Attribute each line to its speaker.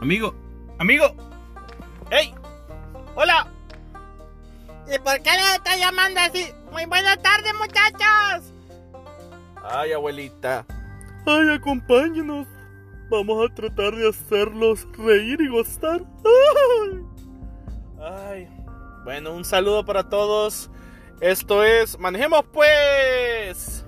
Speaker 1: Amigo, amigo. ¡Ey! ¡Hola!
Speaker 2: ¿Y por qué le está llamando así? Muy buenas tardes, muchachos.
Speaker 1: Ay, abuelita.
Speaker 3: Ay, acompáñenos. Vamos a tratar de hacerlos reír y gozar.
Speaker 1: Ay. Bueno, un saludo para todos. Esto es Manejemos pues.